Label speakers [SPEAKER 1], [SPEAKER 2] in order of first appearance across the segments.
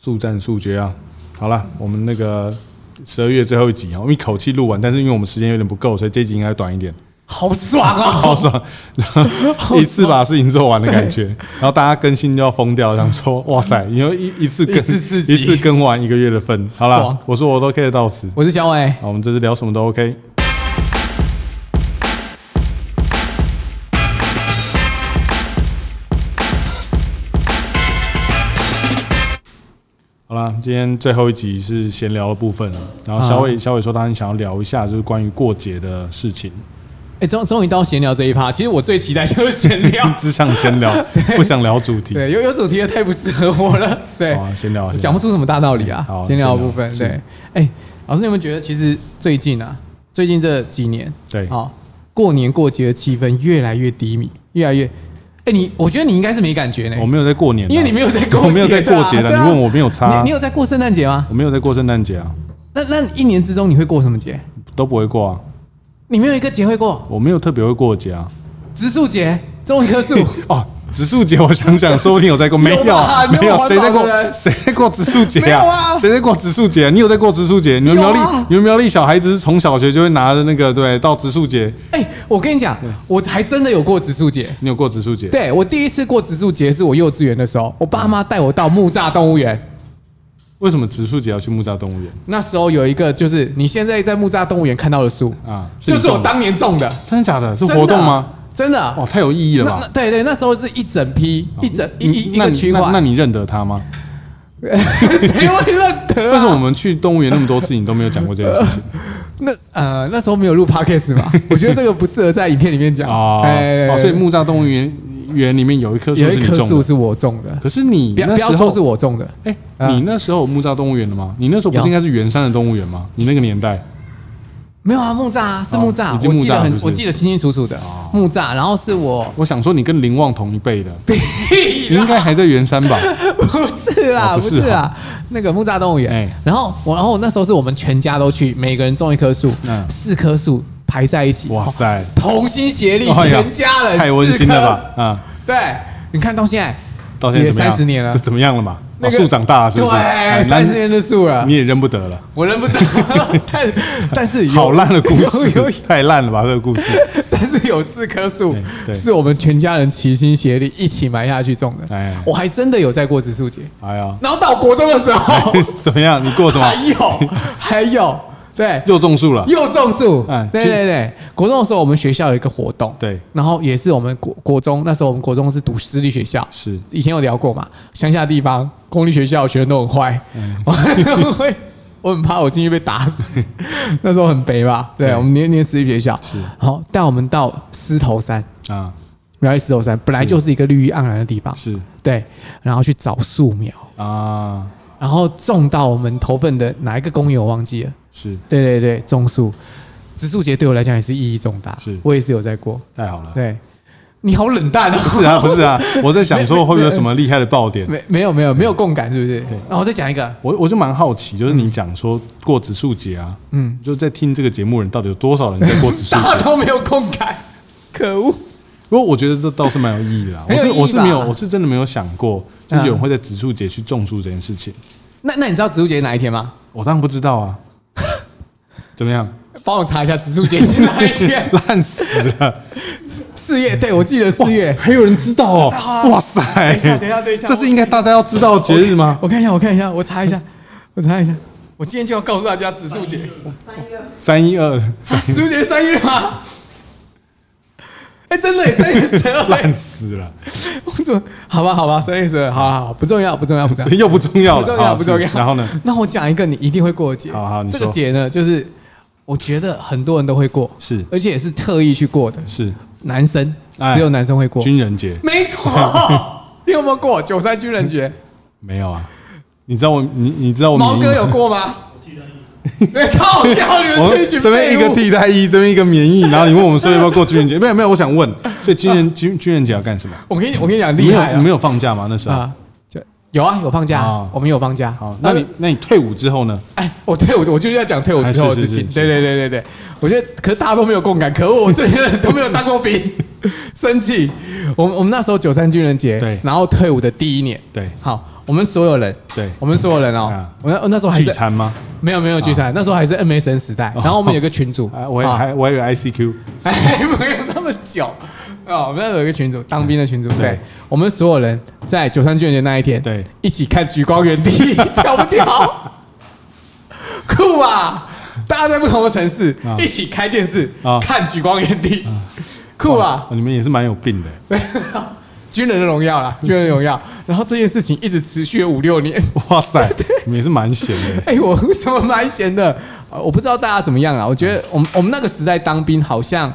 [SPEAKER 1] 速战速决啊！好了，我们那个十二月最后一集啊，我们一口气录完，但是因为我们时间有点不够，所以这集应该短一点，
[SPEAKER 2] 好爽 啊！
[SPEAKER 1] 好爽，一次把事情做完的感觉。然后大家更新就要疯掉，想说哇塞，因为一一次更
[SPEAKER 2] 一次刺激
[SPEAKER 1] 一次更完一个月的份。好了
[SPEAKER 2] 爽，
[SPEAKER 1] 我说我都 OK 到此。
[SPEAKER 2] 我是小伟，
[SPEAKER 1] 好，我们这次聊什么都 OK。好啦，今天最后一集是闲聊的部分了。然后小
[SPEAKER 2] 啊
[SPEAKER 1] 伟，小伟说他很想要聊一下，就是关于过节的事情，
[SPEAKER 2] 哎，终终于到闲聊这一趴，其实我最期待就是闲聊
[SPEAKER 1] ，只想闲 聊，不想聊主题。
[SPEAKER 2] 对，有有主题的太不适合我了，对
[SPEAKER 1] 好，啊，闲聊啊，闲聊
[SPEAKER 2] 讲不出什么大道理啊
[SPEAKER 1] 好。
[SPEAKER 2] 闲聊
[SPEAKER 1] 闲
[SPEAKER 2] 的
[SPEAKER 1] 聊
[SPEAKER 2] 部分，
[SPEAKER 1] 是
[SPEAKER 2] 对，哎，老师，你有没有觉得其实最近啊，最近这几年，
[SPEAKER 1] 对，
[SPEAKER 2] 好、过年过节的气氛越来越低迷，越来越，哎、你我觉得你应该是没感觉呢，
[SPEAKER 1] 我没有在过年啊，
[SPEAKER 2] 因为你没有在过节、啊，
[SPEAKER 1] 我没有在过节
[SPEAKER 2] 的、
[SPEAKER 1] 了。你问我没有差啊
[SPEAKER 2] 你，你有在过圣诞节吗？
[SPEAKER 1] 我没有在过圣诞节啊，
[SPEAKER 2] 那那一年之中你会过什么节？
[SPEAKER 1] 都不会过啊，
[SPEAKER 2] 你没有一个节会过，
[SPEAKER 1] 我没有特别会过节啊。
[SPEAKER 2] 植树节、种一棵树，
[SPEAKER 1] 哦，植树节，我想想，说不定有 在过，没
[SPEAKER 2] 有吧
[SPEAKER 1] 没
[SPEAKER 2] 没有
[SPEAKER 1] 有，
[SPEAKER 2] 环
[SPEAKER 1] 谁在
[SPEAKER 2] 保
[SPEAKER 1] 过
[SPEAKER 2] 的人
[SPEAKER 1] 谁在过植树节
[SPEAKER 2] 没有啊
[SPEAKER 1] 谁在过植树节？你有在过植树节？你们
[SPEAKER 2] 有
[SPEAKER 1] 苗
[SPEAKER 2] 啊
[SPEAKER 1] 栗，你们苗栗小孩子是从小学就会拿着那个对到植树节，
[SPEAKER 2] 哎、我跟你讲，
[SPEAKER 1] 嗯
[SPEAKER 2] 我还真的有过植树节。
[SPEAKER 1] 你有过植树节？
[SPEAKER 2] 对我第一次过植树节是我幼稚园的时候，我爸妈带我到木栅动物园。
[SPEAKER 1] 为什么植树节要去木栅动物园
[SPEAKER 2] 那时候有一个就是你现在在木栅动物园看到的树，
[SPEAKER 1] 啊？
[SPEAKER 2] 就
[SPEAKER 1] 你
[SPEAKER 2] 是我
[SPEAKER 1] 种的
[SPEAKER 2] 当年种的，
[SPEAKER 1] 真的假的？是
[SPEAKER 2] 真的啊
[SPEAKER 1] 活动吗？？
[SPEAKER 2] 真的，
[SPEAKER 1] 哇，太有意义了
[SPEAKER 2] 那那
[SPEAKER 1] 吧！哦嗯
[SPEAKER 2] 对对，那时候是一整批，一整一一一
[SPEAKER 1] 那
[SPEAKER 2] 个
[SPEAKER 1] 你
[SPEAKER 2] 区
[SPEAKER 1] 那那
[SPEAKER 2] 块，
[SPEAKER 1] 你认得他吗？
[SPEAKER 2] 谁会认得、啊？
[SPEAKER 1] 为什么我？们去动物园那么多次，你都没有讲过这件事 情
[SPEAKER 2] 那呃，那时候没有录 podcast 嘛？我觉得这个不适合在影片里面讲
[SPEAKER 1] 哦，
[SPEAKER 2] 哎
[SPEAKER 1] 哦所以木栅动物园园里面有一棵树
[SPEAKER 2] 有
[SPEAKER 1] 是
[SPEAKER 2] 一
[SPEAKER 1] 你
[SPEAKER 2] 棵
[SPEAKER 1] 种
[SPEAKER 2] 树
[SPEAKER 1] 的，
[SPEAKER 2] 是我种的，
[SPEAKER 1] 可是你
[SPEAKER 2] 不要
[SPEAKER 1] 那
[SPEAKER 2] 不要
[SPEAKER 1] 时
[SPEAKER 2] 说
[SPEAKER 1] 候
[SPEAKER 2] 是我种的，
[SPEAKER 1] 哎、
[SPEAKER 2] 啊
[SPEAKER 1] 你那时候有木栅动物园的吗？你那时候不
[SPEAKER 2] 有
[SPEAKER 1] 是应该是圆山的动物园吗？你那个年代
[SPEAKER 2] 没有啊，木栅啊，是
[SPEAKER 1] 哦
[SPEAKER 2] 木栅，
[SPEAKER 1] 已经
[SPEAKER 2] 我
[SPEAKER 1] 木
[SPEAKER 2] 记得
[SPEAKER 1] 栅
[SPEAKER 2] 很，
[SPEAKER 1] 是不是哦
[SPEAKER 2] 我记得清清楚楚的、木栅，然后 是我。
[SPEAKER 1] 我想说你跟林旺同一 辈的，你应该还在圆山吧？
[SPEAKER 2] 不是啦，
[SPEAKER 1] 哦
[SPEAKER 2] 不
[SPEAKER 1] 不是
[SPEAKER 2] 是啦，那个木栅动物园。
[SPEAKER 1] 哎
[SPEAKER 2] 然后我，然后我那时候是我们全家都去，每个人种一棵树，
[SPEAKER 1] 嗯
[SPEAKER 2] 四棵树排在一起，
[SPEAKER 1] 哇塞，
[SPEAKER 2] 同心协力，
[SPEAKER 1] 哎呀
[SPEAKER 2] 全家人
[SPEAKER 1] 太温馨了吧？啊、
[SPEAKER 2] 四棵？对，你看到现在，
[SPEAKER 1] 到现在
[SPEAKER 2] 也
[SPEAKER 1] 怎么样？
[SPEAKER 2] 30年了
[SPEAKER 1] 这怎么样了嘛？
[SPEAKER 2] 那
[SPEAKER 1] 那
[SPEAKER 2] 个
[SPEAKER 1] 树、长大了是不是？哎
[SPEAKER 2] 对，三十年的树
[SPEAKER 1] 那
[SPEAKER 2] 了
[SPEAKER 1] 你，也认不得了，
[SPEAKER 2] 我认不得。 但但是有
[SPEAKER 1] 好烂的故
[SPEAKER 2] 有有
[SPEAKER 1] 事，太烂了吧？这个故事，
[SPEAKER 2] 但是有四棵树
[SPEAKER 1] 对对
[SPEAKER 2] 是我们全家人齐心协力一起埋下去种的。
[SPEAKER 1] 哎
[SPEAKER 2] 我还真的有在过植树节，
[SPEAKER 1] 哎呀，
[SPEAKER 2] 然后到国中的 时候
[SPEAKER 1] 怎么样？你过什
[SPEAKER 2] 还
[SPEAKER 1] 么？
[SPEAKER 2] 有还有对。
[SPEAKER 1] 又种树了？
[SPEAKER 2] 又种树，
[SPEAKER 1] 哎
[SPEAKER 2] 对
[SPEAKER 1] 其
[SPEAKER 2] 对对，国中的时候我们学校有一个活动，
[SPEAKER 1] 对
[SPEAKER 2] 然后也是我们国国中那时候我们国中是读私立学校，
[SPEAKER 1] 是
[SPEAKER 2] 以前有聊过嘛，乡下地方公立学校学生都很坏，
[SPEAKER 1] 嗯
[SPEAKER 2] 我会我很怕我进去被打 死，那时候很北吧，对
[SPEAKER 1] 对
[SPEAKER 2] 我们念念私立学校，
[SPEAKER 1] 是
[SPEAKER 2] 好带我们到狮头山，
[SPEAKER 1] 啊，
[SPEAKER 2] 苗栗狮头山本来
[SPEAKER 1] 是
[SPEAKER 2] 就是一个绿意盎然的地方，
[SPEAKER 1] 是
[SPEAKER 2] 对，然后去找树苗，
[SPEAKER 1] 啊，
[SPEAKER 2] 然后种到我们头份的哪一个公园我忘记了。
[SPEAKER 1] 是
[SPEAKER 2] 对对对，种树，植树节对我来讲也是意义重大，
[SPEAKER 1] 是
[SPEAKER 2] 我也是有在过。
[SPEAKER 1] 太好了。
[SPEAKER 2] 对，你好冷淡哦。
[SPEAKER 1] 不是啊，不是啊，我在想说会不会有什么厉害的爆点？
[SPEAKER 2] 没没有没有没有共感，是不是？
[SPEAKER 1] 对
[SPEAKER 2] 然后我再讲一个，
[SPEAKER 1] 我我就蛮好奇，就是你讲说过植树节啊，
[SPEAKER 2] 嗯
[SPEAKER 1] 嗯，就在听这个节目人到底有多少人在过植 树
[SPEAKER 2] 大家
[SPEAKER 1] 节？
[SPEAKER 2] 都没有共感，可恶！
[SPEAKER 1] 不过我觉得这倒是蛮有意义的啦。嗯我
[SPEAKER 2] 很
[SPEAKER 1] 是
[SPEAKER 2] 有意义
[SPEAKER 1] 我是没有，
[SPEAKER 2] 吧
[SPEAKER 1] 我是真的没有想过，就是有人会在植树节去种树这件事情，
[SPEAKER 2] 那那你知道植树节哪一天吗？
[SPEAKER 1] 我当然不知道啊。怎么 样？
[SPEAKER 2] 帮我查一下植树 节是哪
[SPEAKER 1] 哎
[SPEAKER 2] 一天？
[SPEAKER 1] 烂死了！
[SPEAKER 2] 四月，对我记得四月。
[SPEAKER 1] 还有人知道哦
[SPEAKER 2] 知道啊！
[SPEAKER 1] 哇塞！
[SPEAKER 2] 等一下等一下等一下
[SPEAKER 1] 这是应该大家要知道的节日吗？
[SPEAKER 2] 我看一下，我看一下，我查一下，我查一下。我今天就要告诉大家植树节，
[SPEAKER 1] 三一 二，三
[SPEAKER 2] 植树节三月吗？ 哎，真的耶，三月十 二
[SPEAKER 1] 烂
[SPEAKER 2] 耶。
[SPEAKER 1] 死了，
[SPEAKER 2] 我怎么？好吧，好吧，三月十二，好好好，不重要，不重要，不重要。
[SPEAKER 1] 又不重要了，
[SPEAKER 2] 不重要，
[SPEAKER 1] 好
[SPEAKER 2] 不重要。
[SPEAKER 1] 是然后呢？？
[SPEAKER 2] 那我讲一个你一定会过的节。
[SPEAKER 1] 好好你
[SPEAKER 2] 这
[SPEAKER 1] 说
[SPEAKER 2] 个节呢，就是我觉得很多人都会过，
[SPEAKER 1] 是
[SPEAKER 2] 而且也是特意去过的。
[SPEAKER 1] 是
[SPEAKER 2] 男生
[SPEAKER 1] 哎
[SPEAKER 2] 只有男生会过，
[SPEAKER 1] 军人节。
[SPEAKER 2] 没错。 你有没有过九三军人节？
[SPEAKER 1] 没有啊，你知道我你你知道我
[SPEAKER 2] 毛
[SPEAKER 1] 免疫
[SPEAKER 2] 哥有过吗？对，靠掉你 们
[SPEAKER 1] 我
[SPEAKER 2] 这一群
[SPEAKER 1] 这边一
[SPEAKER 2] 废
[SPEAKER 1] 个
[SPEAKER 2] 物
[SPEAKER 1] 替代役，这边一个免疫，然后你问我们说要不要过军人节？没有没有，我想问，所以军人军军人节要干什么？
[SPEAKER 2] 我跟你我跟你讲
[SPEAKER 1] 你
[SPEAKER 2] 嗯厉
[SPEAKER 1] 没
[SPEAKER 2] 害
[SPEAKER 1] 有
[SPEAKER 2] 啊
[SPEAKER 1] 你没有放假吗？那时候？
[SPEAKER 2] 啊！就有啊，有放假
[SPEAKER 1] 啊，
[SPEAKER 2] 我们有放假。
[SPEAKER 1] 好，那
[SPEAKER 2] 呃
[SPEAKER 1] 你那你退伍之后呢？
[SPEAKER 2] 哎，我退伍，我就是要讲退伍之后的事情。
[SPEAKER 1] 哎是是是是
[SPEAKER 2] 对对对对对，我觉得，可是大家都没有共感，可恶，我这些人都没有当过兵， 生气。我们我们那时候九三军人节，
[SPEAKER 1] 对
[SPEAKER 2] 然后退伍的第一年，
[SPEAKER 1] 对
[SPEAKER 2] 好，我们所有人，
[SPEAKER 1] 对
[SPEAKER 2] 我们所有人哦
[SPEAKER 1] 啊，
[SPEAKER 2] 我那那时候还
[SPEAKER 1] 聚
[SPEAKER 2] 是
[SPEAKER 1] 餐吗？
[SPEAKER 2] 没有没有聚餐，那时候还是 MSN 时代，然后我们有个 群组，
[SPEAKER 1] 啊哦啊，我还
[SPEAKER 2] 啊
[SPEAKER 1] 还我还有 ICQ，
[SPEAKER 2] 哎，没有那么久。哦，我们那时候有一个群组，当兵的群组，对
[SPEAKER 1] 对
[SPEAKER 2] 我们所有人在九三军人那一天，
[SPEAKER 1] 对，
[SPEAKER 2] 一起看《举光原地》， 屌不屌？酷吧！大家在不同的城市、
[SPEAKER 1] 啊
[SPEAKER 2] 一起开电视、
[SPEAKER 1] 啊
[SPEAKER 2] 看《举光原地》酷吧
[SPEAKER 1] 哦！你们也是蛮有病的。
[SPEAKER 2] 军人的荣耀啦，军人的荣耀。然后这件事情一直持续了五六年。
[SPEAKER 1] 哇塞，你们也是蛮闲的。
[SPEAKER 2] 哎、我为什么蛮闲的？呃我不知道大家怎么样啊。我
[SPEAKER 1] 嗯
[SPEAKER 2] 觉得我们我们那个时代当兵好像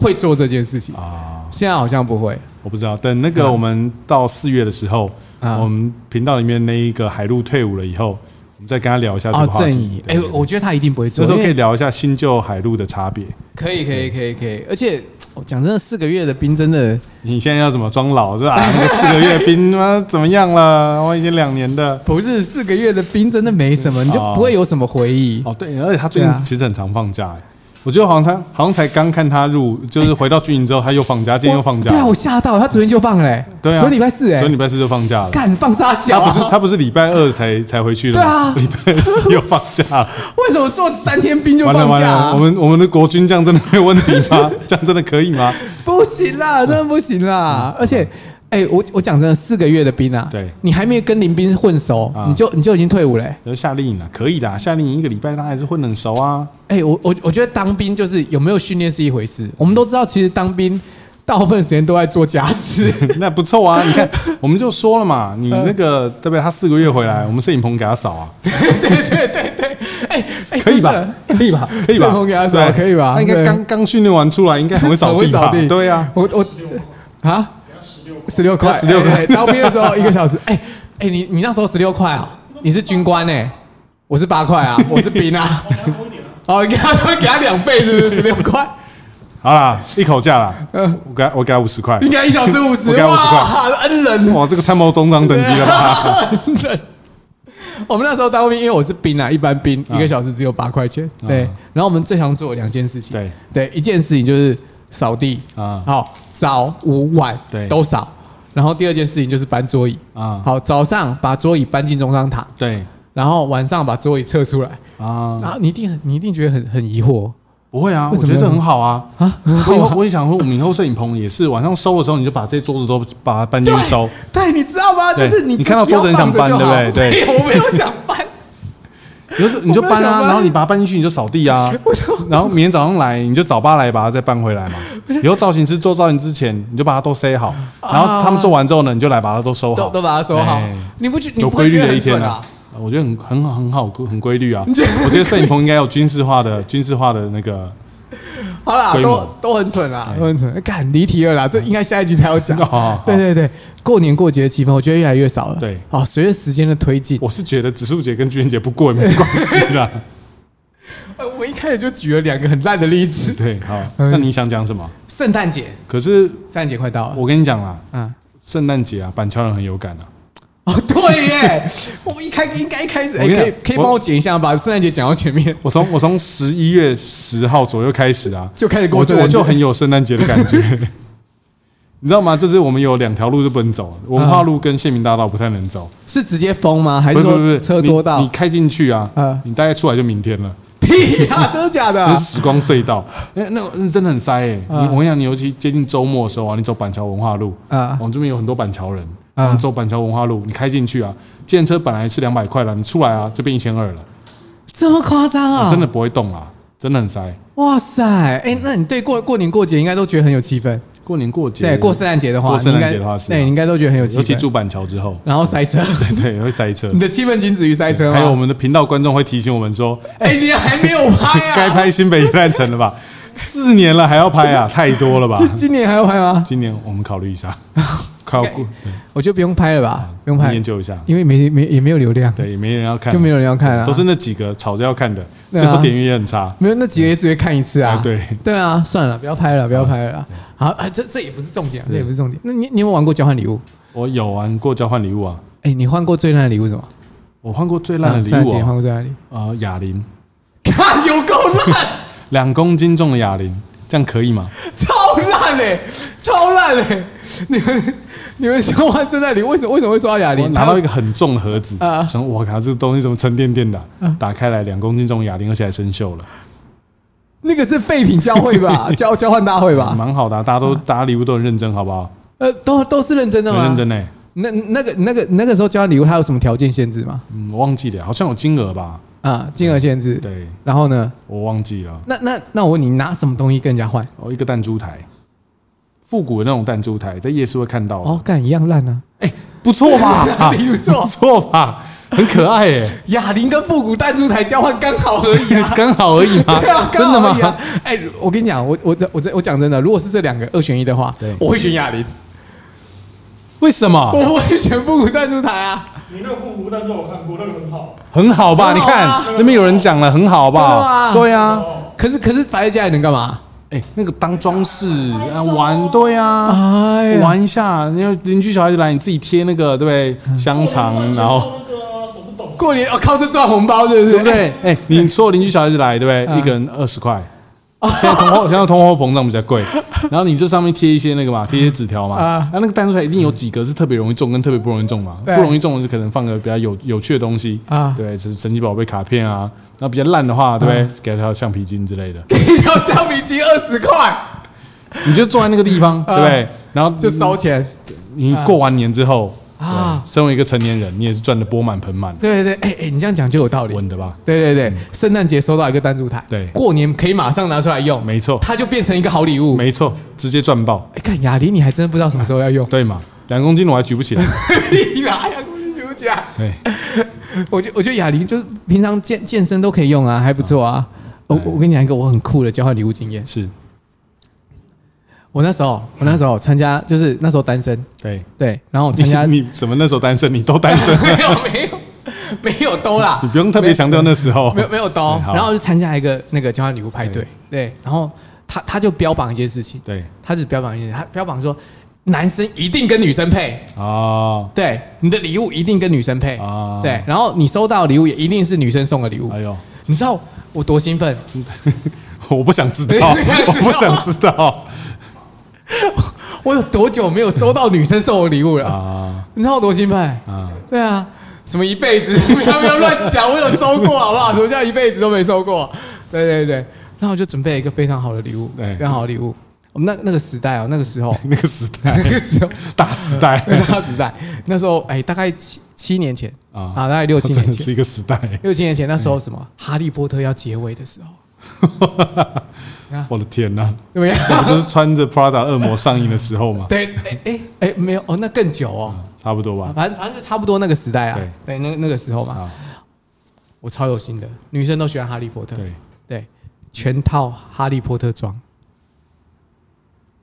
[SPEAKER 2] 会做这件事情，
[SPEAKER 1] 啊，
[SPEAKER 2] 现在好像不会。
[SPEAKER 1] 我不知道。等那
[SPEAKER 2] 嗯
[SPEAKER 1] 个我们到四月的时候，
[SPEAKER 2] 啊
[SPEAKER 1] 我们频道里面那一个海陆退伍了以后，我们再跟他聊一下这
[SPEAKER 2] 哦
[SPEAKER 1] 个，话
[SPEAKER 2] 正
[SPEAKER 1] 题
[SPEAKER 2] 义。，哎、
[SPEAKER 1] 对对对
[SPEAKER 2] 我觉得他一定不会
[SPEAKER 1] 这
[SPEAKER 2] 做，
[SPEAKER 1] 时候可以
[SPEAKER 2] 因为
[SPEAKER 1] 聊一下新旧海陆的差别。
[SPEAKER 2] 可以，可以，可以，可以。而且我讲真的，四个月的兵真 的
[SPEAKER 1] 你现在要怎么装老 是吧？那个四个月兵妈怎么样了？我已经两年的。
[SPEAKER 2] 不是四个月的兵，真的没什么，你就
[SPEAKER 1] 哦
[SPEAKER 2] 不会有什么回忆。
[SPEAKER 1] 哦，对，而且他最
[SPEAKER 2] 对啊
[SPEAKER 1] 近其实很常放假、哎我觉得好像他好像才刚看他入，就是回到军营之后他又放假，今天又放假
[SPEAKER 2] 对啊，我吓到，他昨天就放嘞、
[SPEAKER 1] 对啊
[SPEAKER 2] 昨天礼拜四哎、
[SPEAKER 1] 昨天礼拜四就放假了。
[SPEAKER 2] 干放沙
[SPEAKER 1] 他
[SPEAKER 2] 小、
[SPEAKER 1] 不是
[SPEAKER 2] 啊，
[SPEAKER 1] 他不是礼拜二才才回去的吗？
[SPEAKER 2] 对
[SPEAKER 1] 礼拜四又放假 了。
[SPEAKER 2] 为什么做三天兵就
[SPEAKER 1] 完了
[SPEAKER 2] 放
[SPEAKER 1] 完
[SPEAKER 2] 假、
[SPEAKER 1] 了，
[SPEAKER 2] 啊
[SPEAKER 1] 我？们我们的国军这样真的没有问题吗？ 这样真的可以吗？
[SPEAKER 2] 不行
[SPEAKER 1] 哦
[SPEAKER 2] 啦，真的不行啦！而且，哎、我我讲真的，四个月的兵啊，
[SPEAKER 1] 嗯对
[SPEAKER 2] 你还没有跟林兵混熟，
[SPEAKER 1] 啊
[SPEAKER 2] 你就你就已经退伍嘞、
[SPEAKER 1] 有夏令营啊，可以啦，夏令营一个礼拜他还是混得很熟啊。
[SPEAKER 2] 哎、我我我觉得当兵就是有没有训练是一回事，我们都知道，其实当兵大部分时间都在做家事。
[SPEAKER 1] 那不错啊，你看，我们就说了嘛，你那个
[SPEAKER 2] 嗯
[SPEAKER 1] 对不对？他四个月回来，我们摄影棚给他扫 啊，
[SPEAKER 2] 对对对对，哎、哎、
[SPEAKER 1] 可以吧
[SPEAKER 2] 真的？可以吧？
[SPEAKER 1] 可以吧
[SPEAKER 2] 顺风给他？扫
[SPEAKER 1] 对
[SPEAKER 2] 可以吧？
[SPEAKER 1] 他应该
[SPEAKER 2] 对
[SPEAKER 1] 刚刚训练完出来，应该很会扫
[SPEAKER 2] 很会
[SPEAKER 1] 地
[SPEAKER 2] 扫
[SPEAKER 1] 吧
[SPEAKER 2] 地？
[SPEAKER 1] 对啊，
[SPEAKER 2] 我我啊，十六块，
[SPEAKER 1] 要16块
[SPEAKER 2] 哎哎当兵的时 候一个小时，哎哎，你你那时候十六块啊？你是军官哎，我是八 块啊，我是兵啊。哦，你给他给他两倍是不是？十六块，
[SPEAKER 1] 好啦，一口价啦，
[SPEAKER 2] 嗯
[SPEAKER 1] 我给他我给他五十 块，
[SPEAKER 2] 应该一小时五十，
[SPEAKER 1] 我给他50块
[SPEAKER 2] 哇，恩人，哦
[SPEAKER 1] 哇，这个参谋总长等级了吧？
[SPEAKER 2] 恩人。 我们那时候当兵，因为我是兵啊，一般兵
[SPEAKER 1] 啊
[SPEAKER 2] 一个小时只有八块钱，对
[SPEAKER 1] 啊。
[SPEAKER 2] 然后我们最常做的两件事情，
[SPEAKER 1] 对
[SPEAKER 2] 对，一件事情就是扫地
[SPEAKER 1] 啊
[SPEAKER 2] 好，早午晚
[SPEAKER 1] 对
[SPEAKER 2] 都扫。然后第二件事情就是搬桌椅
[SPEAKER 1] 啊
[SPEAKER 2] 好，早上把桌椅搬进中商堂，
[SPEAKER 1] 对
[SPEAKER 2] 然后晚上把桌椅撤出来。
[SPEAKER 1] 啊，
[SPEAKER 2] 然后你一定很，你一定觉得很很疑惑
[SPEAKER 1] 不会啊，
[SPEAKER 2] 为
[SPEAKER 1] 我
[SPEAKER 2] 什么
[SPEAKER 1] 觉得这很好啊。
[SPEAKER 2] 啊，
[SPEAKER 1] 我以后 我也想说，我们以后摄影棚也是晚上收的时候，你就把这些桌子都把它搬进去收。
[SPEAKER 2] 对，你知道吗？就
[SPEAKER 1] 对
[SPEAKER 2] 是你
[SPEAKER 1] 你看到桌子很想搬
[SPEAKER 2] 就只有放
[SPEAKER 1] 对
[SPEAKER 2] 着
[SPEAKER 1] 不对
[SPEAKER 2] 就好没有，我没有想 搬。
[SPEAKER 1] 你 就你就搬
[SPEAKER 2] 我没有想
[SPEAKER 1] 啊，
[SPEAKER 2] 搬
[SPEAKER 1] 然后你把它搬进去，你就扫地 啊。然后明天早上来，你就早八来把它再搬回来 嘛。以后造型师做造型之前，你就把它都塞好，然后他们做完之后呢，你就来把它都收
[SPEAKER 2] 都
[SPEAKER 1] 好，
[SPEAKER 2] 啊都把它收好
[SPEAKER 1] 哎。
[SPEAKER 2] 你不觉你
[SPEAKER 1] 有
[SPEAKER 2] 不
[SPEAKER 1] 规
[SPEAKER 2] 会
[SPEAKER 1] 律
[SPEAKER 2] 觉得
[SPEAKER 1] 的一
[SPEAKER 2] 很
[SPEAKER 1] 天
[SPEAKER 2] 蠢啊？。
[SPEAKER 1] 我觉得很很好很好很规律 啊！我觉得摄影棚应该有军事化的军事化的那个
[SPEAKER 2] 好啦，
[SPEAKER 1] 规
[SPEAKER 2] 都
[SPEAKER 1] 模
[SPEAKER 2] 都很蠢啦，
[SPEAKER 1] 哎啊
[SPEAKER 2] 都很蠢。干离题了啦，这应该下一集才要讲
[SPEAKER 1] 好哦好好。
[SPEAKER 2] 对对对，过年过节的气氛我觉得越来越少了。
[SPEAKER 1] 对
[SPEAKER 2] 好，随着时间的推进，
[SPEAKER 1] 我是觉得植树节跟军人节不过也没关系啦。
[SPEAKER 2] 呃我一开始就举了两个很烂的例子。
[SPEAKER 1] 对，好，
[SPEAKER 2] 嗯
[SPEAKER 1] 那你想讲什么？
[SPEAKER 2] 圣诞节，
[SPEAKER 1] 可是
[SPEAKER 2] 圣诞节快到了。
[SPEAKER 1] 我跟你讲啦，
[SPEAKER 2] 嗯，
[SPEAKER 1] 圣诞节啊，板桥人很有感啊。
[SPEAKER 2] 哦，对耶，我们一开应该一开始，哎、
[SPEAKER 1] 我跟你
[SPEAKER 2] 可
[SPEAKER 1] 讲
[SPEAKER 2] 以可以
[SPEAKER 1] 我
[SPEAKER 2] 帮我剪一下，把圣诞节讲到前 面。
[SPEAKER 1] 我从我从十一月十号左右开始啊，
[SPEAKER 2] 就开始过
[SPEAKER 1] 我就
[SPEAKER 2] 圣
[SPEAKER 1] 我
[SPEAKER 2] 诞节
[SPEAKER 1] 就很有圣诞节的感 觉，你知道吗？就是我们有两条路就不能走，文化路跟县民大道不太能走，
[SPEAKER 2] 是直接封吗？啊还
[SPEAKER 1] 不
[SPEAKER 2] 是
[SPEAKER 1] 是不是不
[SPEAKER 2] 说
[SPEAKER 1] 是
[SPEAKER 2] 车
[SPEAKER 1] 你
[SPEAKER 2] 多到？
[SPEAKER 1] 你开进去啊
[SPEAKER 2] 嗯，
[SPEAKER 1] 你大概出来就明天了，
[SPEAKER 2] 屁呀、真的假的、
[SPEAKER 1] 那
[SPEAKER 2] 啊
[SPEAKER 1] 是？时光隧 道，那那那真的很塞哎。你
[SPEAKER 2] 嗯
[SPEAKER 1] 我跟你讲，你尤其接近周末的时候啊，你走板桥文化路，哦
[SPEAKER 2] 啊
[SPEAKER 1] 我们这边有很多板桥人，
[SPEAKER 2] 嗯
[SPEAKER 1] 我们走板桥文化路，你开进去啊，计程车本来是两百块了，你出来啊就变一千二了，
[SPEAKER 2] 这么夸张啊！
[SPEAKER 1] 真的，不会动啦，真的很塞。
[SPEAKER 2] 哇塞！哎、那你对过过年过节应该都觉得很有气氛。
[SPEAKER 1] 过年过节，
[SPEAKER 2] 对，过圣诞节的话，
[SPEAKER 1] 过圣诞节
[SPEAKER 2] 你应该
[SPEAKER 1] 的话是啊
[SPEAKER 2] 对，你应该都觉得很有气
[SPEAKER 1] 尤其
[SPEAKER 2] 氛。
[SPEAKER 1] 住板桥之后，
[SPEAKER 2] 然后塞车，
[SPEAKER 1] 对，会塞车
[SPEAKER 2] 你。的气氛仅止于塞车吗？
[SPEAKER 1] 还有我，们的频道观众会提醒我们说，
[SPEAKER 2] 哎、你还没有拍啊？
[SPEAKER 1] 该拍新北一烂城了 吧？四年了还要拍啊，太多了吧？
[SPEAKER 2] 今今年还要拍吗？
[SPEAKER 1] 今年我们考虑一 下，快要过，
[SPEAKER 2] 我觉得不用拍了吧，不用
[SPEAKER 1] 对
[SPEAKER 2] 拍
[SPEAKER 1] 研，究一下。
[SPEAKER 2] 因为没没也没有流量，
[SPEAKER 1] 对，也没人要看，
[SPEAKER 2] 就没有人要看啊。
[SPEAKER 1] 都是那几个吵着要看的，
[SPEAKER 2] 对
[SPEAKER 1] 最
[SPEAKER 2] 啊
[SPEAKER 1] 后点阅也很差。
[SPEAKER 2] 没有，那几个也只会看一次啊。
[SPEAKER 1] 啊对
[SPEAKER 2] 对啊，算了，不要拍了，不要拍了啦。好，啊，这这也不是重点啊，这也不是重点。那你你有没有玩过交换礼物？
[SPEAKER 1] 我有玩过交换礼物啊，
[SPEAKER 2] 哎，你换过最烂的礼物是什么？
[SPEAKER 1] 我换过最烂的
[SPEAKER 2] 圣
[SPEAKER 1] 礼
[SPEAKER 2] 诞
[SPEAKER 1] 物
[SPEAKER 2] 节换
[SPEAKER 1] 啊，
[SPEAKER 2] 过最烂的礼物？
[SPEAKER 1] 呃，哑铃，
[SPEAKER 2] 看有够烂，
[SPEAKER 1] 两公斤重的哑铃，这样可以吗？
[SPEAKER 2] 超烂嘞，超烂嘞！你们你们收完圣诞礼，为什么为什么会收到哑
[SPEAKER 1] 我
[SPEAKER 2] 铃？
[SPEAKER 1] 拿到一个很重的盒子，
[SPEAKER 2] 啊
[SPEAKER 1] 想说我靠，这东西怎么沉甸甸的啊、打开来两公斤重哑铃，而且还生锈了，
[SPEAKER 2] 那个是废品交 会吧，交交换大会吧？
[SPEAKER 1] 蛮好的啊、大家都大家礼物都很认真，好不好？
[SPEAKER 2] 呃，都都是认真的
[SPEAKER 1] 很
[SPEAKER 2] 吗？
[SPEAKER 1] 认真呢、
[SPEAKER 2] 那那个那个那个时候交换礼物，它有什么条件限制吗？
[SPEAKER 1] 嗯，我忘记了，好像有金额吧？
[SPEAKER 2] 啊，金额限制。
[SPEAKER 1] 对，
[SPEAKER 2] 然后呢？
[SPEAKER 1] 我忘记了。
[SPEAKER 2] 那那那我问你，拿什么东西跟人家换？
[SPEAKER 1] 哦，一个弹珠台，复古的那种弹珠台，在夜市会看到的。哎
[SPEAKER 2] 哦，干一样烂啊！
[SPEAKER 1] 不错吧
[SPEAKER 2] 哪？里不错
[SPEAKER 1] 吧？很可爱耶，
[SPEAKER 2] 哑铃跟复古弹珠台交换刚好而 已啊。
[SPEAKER 1] 刚好而已嘛
[SPEAKER 2] 对啊，，
[SPEAKER 1] 真的
[SPEAKER 2] 刚好而已啊
[SPEAKER 1] 吗？？
[SPEAKER 2] 哎、我跟你讲，我我这我这我讲真的，如果是这两个二选一的话
[SPEAKER 1] 对，
[SPEAKER 2] 我会选哑铃，
[SPEAKER 1] 为什么？
[SPEAKER 2] 我不会选复古弹珠台啊，
[SPEAKER 3] 你那个复古弹珠我看过，那个很好。
[SPEAKER 1] 很好吧？
[SPEAKER 2] 很
[SPEAKER 1] 你
[SPEAKER 2] 好啊
[SPEAKER 1] 看那边有人讲了，很好，好不
[SPEAKER 2] 对
[SPEAKER 1] 好？
[SPEAKER 2] 啊
[SPEAKER 1] 对啊，
[SPEAKER 3] 哦，
[SPEAKER 2] 可是可是摆在家里能干嘛？
[SPEAKER 1] 哎，那个当装饰啊，玩，对啊，
[SPEAKER 2] 哎呀，
[SPEAKER 1] 玩一下。你要邻居小孩子来，你自己贴那个，对
[SPEAKER 2] 嗯
[SPEAKER 1] 不对？香肠，然后。
[SPEAKER 3] 那个懂不懂？
[SPEAKER 2] 过年哦靠这赚红包对不对？
[SPEAKER 1] 对不对？哎、你所有邻居小孩子来，对不对？
[SPEAKER 2] 嗯
[SPEAKER 1] 一个人二十块。现在通 货，现在通货膨胀比较贵，然后你这上面贴一些那个嘛，贴一些纸条嘛，
[SPEAKER 2] 啊
[SPEAKER 1] 那那个弹出来一定有几个是特别容易中，跟特别不容易中嘛。不
[SPEAKER 2] 对
[SPEAKER 1] 容易中的就可能放个比较有有趣的东西
[SPEAKER 2] 啊嗯
[SPEAKER 1] 对，就是神奇宝贝卡片啊。那比较烂的话，对不对？给他条橡皮筋之类的，
[SPEAKER 2] 一条橡皮筋二十块
[SPEAKER 1] 你就坐在那个地 方，对不对？然后
[SPEAKER 2] 啊就收钱
[SPEAKER 1] 你过完年之后，
[SPEAKER 2] 啊
[SPEAKER 1] 对，身为一个成年人，你也是赚的钵满盆满，
[SPEAKER 2] 对对对，哎、哎、你这样讲就有道理。
[SPEAKER 1] 稳的吧？
[SPEAKER 2] 对对对，圣诞节收到一个弹珠台，
[SPEAKER 1] 对
[SPEAKER 2] 过年可以马上拿出来用，
[SPEAKER 1] 没错
[SPEAKER 2] 它就变成一个好礼物。
[SPEAKER 1] 没错，直接赚爆，，
[SPEAKER 2] 哎，看雅玲，你还真不知道什么时候要用
[SPEAKER 1] 对嘛？两公斤我还举不起来，
[SPEAKER 2] 你哪样东西不讲？
[SPEAKER 1] 对。
[SPEAKER 2] 我觉我觉得雅玲就是平常健健身都可以用啊，还不错啊。我
[SPEAKER 1] 哎
[SPEAKER 2] 我跟你讲一个我很酷的交换礼物经验。
[SPEAKER 1] 是，
[SPEAKER 2] 我那时候我那时候参加就是那时候单身，
[SPEAKER 1] 对。
[SPEAKER 2] 对，然后我参加
[SPEAKER 1] 你你什么那时候单身？你都单 身，
[SPEAKER 2] 没有没有没有兜啦，
[SPEAKER 1] 你不用特别强调那时候。
[SPEAKER 2] 没有没有刀
[SPEAKER 1] 哦对，好
[SPEAKER 2] 然后我就参加一个那个交换礼物派对
[SPEAKER 1] 对，
[SPEAKER 2] 对，然后他他就标榜一件事情，
[SPEAKER 1] 对
[SPEAKER 2] 他只标榜一件事，他标榜说男生一定跟女生配，
[SPEAKER 1] 哦，
[SPEAKER 2] 对，你的礼物一定跟女生配
[SPEAKER 1] 啊，
[SPEAKER 2] 对，然后你收到的礼物也一定是女生送的礼物
[SPEAKER 1] 哎，呦，
[SPEAKER 2] 你知道我多兴奋？
[SPEAKER 1] 我不想知道，我不想知 道
[SPEAKER 2] 我有多久没有收到女生送我礼物了？
[SPEAKER 1] 啊
[SPEAKER 2] 你知道我多兴奋？
[SPEAKER 1] 啊！
[SPEAKER 2] 对啊，什么一辈子？ 不要不要乱讲，我有收 过好不好？什么叫一辈子都没收过？对对对，然后我就准备了一个非常好的礼物，
[SPEAKER 1] 对
[SPEAKER 2] 非常好的礼物。我们那那个时代哦，那个时候，
[SPEAKER 1] 那个时代
[SPEAKER 2] 那， 个时候，
[SPEAKER 1] 大时代
[SPEAKER 2] 那个时代，那时候哎，大概七七年前
[SPEAKER 1] 啊
[SPEAKER 2] 啊，大概六七
[SPEAKER 1] 真
[SPEAKER 2] 年
[SPEAKER 1] 的
[SPEAKER 2] 前，
[SPEAKER 1] 是一个时代。
[SPEAKER 2] 六七年前那时候什么《哈利波特》要结尾的时候，
[SPEAKER 1] 我的天哪，
[SPEAKER 2] 怎么样？
[SPEAKER 1] 那不就是穿着 Prada 恶魔上映的时候吗？ 啊
[SPEAKER 2] 对，哎哎哎，没有哦，那更久哦，
[SPEAKER 1] 差不多吧。
[SPEAKER 2] 反正反正就差不多那个时代啊，对，啊那那个时候嘛
[SPEAKER 1] 好，
[SPEAKER 2] 我超有心的，女生都喜欢哈利波特，
[SPEAKER 1] 对，
[SPEAKER 2] 对，全套哈利波特装，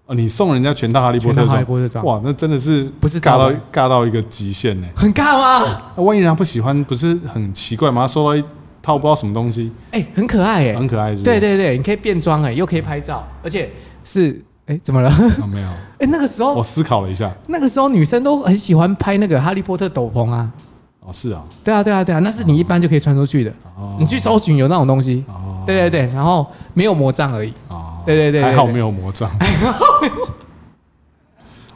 [SPEAKER 1] 哦，你送人家全套哈利波特
[SPEAKER 2] 全套哈
[SPEAKER 1] 装
[SPEAKER 2] 利波特，装
[SPEAKER 1] 哇，那真的是
[SPEAKER 2] 不是
[SPEAKER 1] 尬
[SPEAKER 2] 盗
[SPEAKER 1] 到
[SPEAKER 2] 版
[SPEAKER 1] 尬到一个极限呢。
[SPEAKER 2] 很啊尬吗？
[SPEAKER 1] 那万一人家不喜欢，不是很奇怪吗？收到一套不知道什么东西，
[SPEAKER 2] 哎、很可爱哎、
[SPEAKER 1] 很可爱，是不是？
[SPEAKER 2] 对对对，你可以变装哎、又可以拍照，而且是哎、怎么了？
[SPEAKER 1] 啊，没有，
[SPEAKER 2] 哎、那个时候
[SPEAKER 1] 我思考了一下，
[SPEAKER 2] 那个时候女生都很喜欢拍那个哈利波特斗篷啊，
[SPEAKER 1] 哦，是啊，
[SPEAKER 2] 对啊对啊对啊，那是你一般就可以穿出去的，
[SPEAKER 1] 哦
[SPEAKER 2] 你去搜寻有那种东西，
[SPEAKER 1] 哦
[SPEAKER 2] 对对对，然后没有魔杖而已，
[SPEAKER 1] 哦，
[SPEAKER 2] 对对对对
[SPEAKER 1] 还好没有魔杖。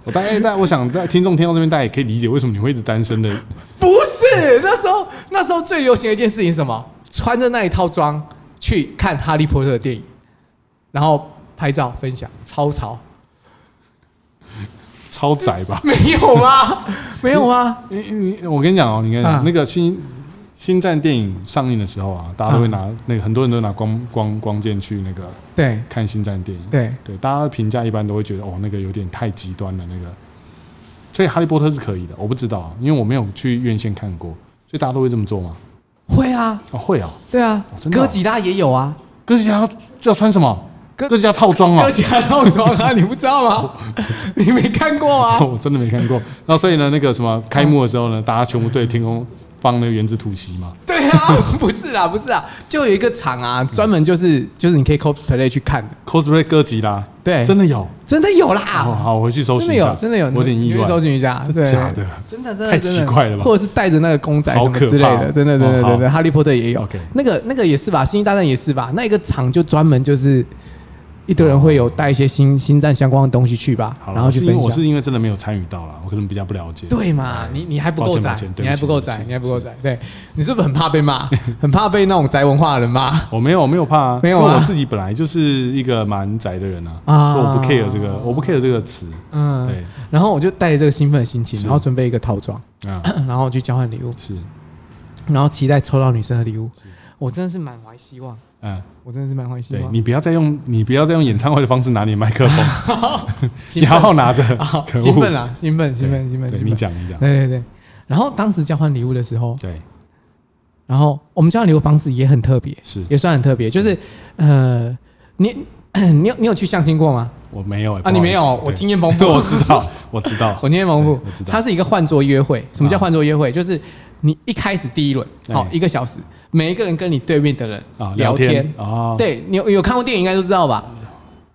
[SPEAKER 1] 我大概，但我想，在听众听到这边，大家也可以理解为什么你会一直单身的。
[SPEAKER 2] 不是那时候那时候最流行的一件事情是什么？穿着那一套装去看哈利波特的电影，然后拍照分享，超潮。
[SPEAKER 1] 超宅吧？
[SPEAKER 2] 没有啊吗？ 没有吗？
[SPEAKER 1] 你你，我跟你讲哦，你看、
[SPEAKER 2] 啊
[SPEAKER 1] 那个新星战电影上映的时候啊，大家都会拿、那个，很多人都拿光光光剑去那个
[SPEAKER 2] 对
[SPEAKER 1] 看星战电影。
[SPEAKER 2] 对
[SPEAKER 1] 对，大家的评价一般都会觉得哦，那个有点太极端了那个。所以哈利波特是可以的，我不知道啊，因为我没有去院线看过，所以大家都会这么做吗？
[SPEAKER 2] 会啊，
[SPEAKER 1] 哦，会啊、
[SPEAKER 2] 对啊
[SPEAKER 1] 哦，真的哦
[SPEAKER 2] 哥吉拉也有啊，
[SPEAKER 1] 哥吉拉要穿什么？
[SPEAKER 2] 哥
[SPEAKER 1] 哥吉拉套装啊
[SPEAKER 2] 哥，吉拉套装啊，你不知道 吗？你没看过啊？
[SPEAKER 1] 我真的没看过。然后所以呢，那个什么开幕的时候呢，大家全部对天空放那个原子吐息嘛。
[SPEAKER 2] 对啊， 不是啦，不是啦，就有一个场啊，专门就是就是你可以 cosplay 去看的，
[SPEAKER 1] cosplay 哥吉拉，
[SPEAKER 2] 对
[SPEAKER 1] 真的有。
[SPEAKER 2] 真的有
[SPEAKER 1] 哦，
[SPEAKER 2] 啦，
[SPEAKER 1] 好，我回去搜寻
[SPEAKER 2] 真的
[SPEAKER 1] 一下
[SPEAKER 2] 有，，真的有，
[SPEAKER 1] 我有点
[SPEAKER 2] 你
[SPEAKER 1] 意
[SPEAKER 2] 去
[SPEAKER 1] 外，
[SPEAKER 2] 搜寻一下，
[SPEAKER 1] 真
[SPEAKER 2] 对
[SPEAKER 1] 假的？
[SPEAKER 2] 真的真的
[SPEAKER 1] 太
[SPEAKER 2] 真的
[SPEAKER 1] 奇怪了吧
[SPEAKER 2] 或者是带着那个公仔
[SPEAKER 1] 好
[SPEAKER 2] 什么
[SPEAKER 1] 可
[SPEAKER 2] 之类
[SPEAKER 1] 怕哦
[SPEAKER 2] 的，真的真的
[SPEAKER 1] 哦
[SPEAKER 2] 真的，
[SPEAKER 1] 好
[SPEAKER 2] 哈利波特也有
[SPEAKER 1] OK，
[SPEAKER 2] 那个那个也是吧，星际大战也是吧，那一个场就专门就是一堆人会有带一些星星战相关的东西去吧，
[SPEAKER 1] 嗯好
[SPEAKER 2] 然后
[SPEAKER 1] 了，
[SPEAKER 2] 去
[SPEAKER 1] 是因为
[SPEAKER 2] 分
[SPEAKER 1] 我
[SPEAKER 2] 享。
[SPEAKER 1] 是因为真的没有参与到了，我可能比较不了解。
[SPEAKER 2] 对嘛？你你还不够
[SPEAKER 1] 抱歉
[SPEAKER 2] 窄
[SPEAKER 1] 抱歉，对不
[SPEAKER 2] 你
[SPEAKER 1] 起
[SPEAKER 2] 还不够
[SPEAKER 1] 对
[SPEAKER 2] 窄
[SPEAKER 1] 不，起
[SPEAKER 2] 你还不够窄。对，你是不是很怕 被骂？很怕被那种宅文化的人骂？
[SPEAKER 1] 我没有，我没有怕、啊，
[SPEAKER 2] 没有啊
[SPEAKER 1] 因为我自己本来就是一个蛮宅的人啊，
[SPEAKER 2] 啊
[SPEAKER 1] 我不 care 这个，我不 care 这个词，
[SPEAKER 2] 嗯，
[SPEAKER 1] 对。
[SPEAKER 2] 然后我就带着这个兴奋的心情，
[SPEAKER 1] 是
[SPEAKER 2] 然后准备一个套装，
[SPEAKER 1] 啊，
[SPEAKER 2] 然后去交换礼物，
[SPEAKER 1] 是，
[SPEAKER 2] 然后期待抽到女生的礼物。我真的是满怀希望，
[SPEAKER 1] 嗯，
[SPEAKER 2] 我真的是满怀希
[SPEAKER 1] 对
[SPEAKER 2] 望。
[SPEAKER 1] 你不要再用你不要再用演唱会的方式拿你的麦克风，
[SPEAKER 2] 兴
[SPEAKER 1] 你
[SPEAKER 2] 奋
[SPEAKER 1] 好好拿着
[SPEAKER 2] 啊，
[SPEAKER 1] 可恶，
[SPEAKER 2] 兴奋啦，兴奋，
[SPEAKER 1] 对
[SPEAKER 2] 兴奋，兴奋，
[SPEAKER 1] 对
[SPEAKER 2] 兴
[SPEAKER 1] 你
[SPEAKER 2] 奋。嗯
[SPEAKER 1] 讲你讲，
[SPEAKER 2] 对对对。然后当时交换礼物的时候，
[SPEAKER 1] 对，
[SPEAKER 2] 然后我们交换礼物方式也很特别，
[SPEAKER 1] 是
[SPEAKER 2] 也算很特别，就是呃，你 你有你有去相亲过吗？
[SPEAKER 1] 我没有欸不好
[SPEAKER 2] 啊，
[SPEAKER 1] 意
[SPEAKER 2] 你
[SPEAKER 1] 思
[SPEAKER 2] 没有，我
[SPEAKER 1] 对
[SPEAKER 2] 经验丰富，
[SPEAKER 1] 我知道，我知道，
[SPEAKER 2] 我今天蒙古
[SPEAKER 1] 对我知，道啊
[SPEAKER 2] 它是一个换桌约会。什么叫换桌约会？就是你一开始第一轮，
[SPEAKER 1] 哎
[SPEAKER 2] 好一个小时，每一个人跟你对面的人
[SPEAKER 1] 啊
[SPEAKER 2] 聊
[SPEAKER 1] 聊天
[SPEAKER 2] 天
[SPEAKER 1] 哦
[SPEAKER 2] 对你有有看过电影应该都知道吧？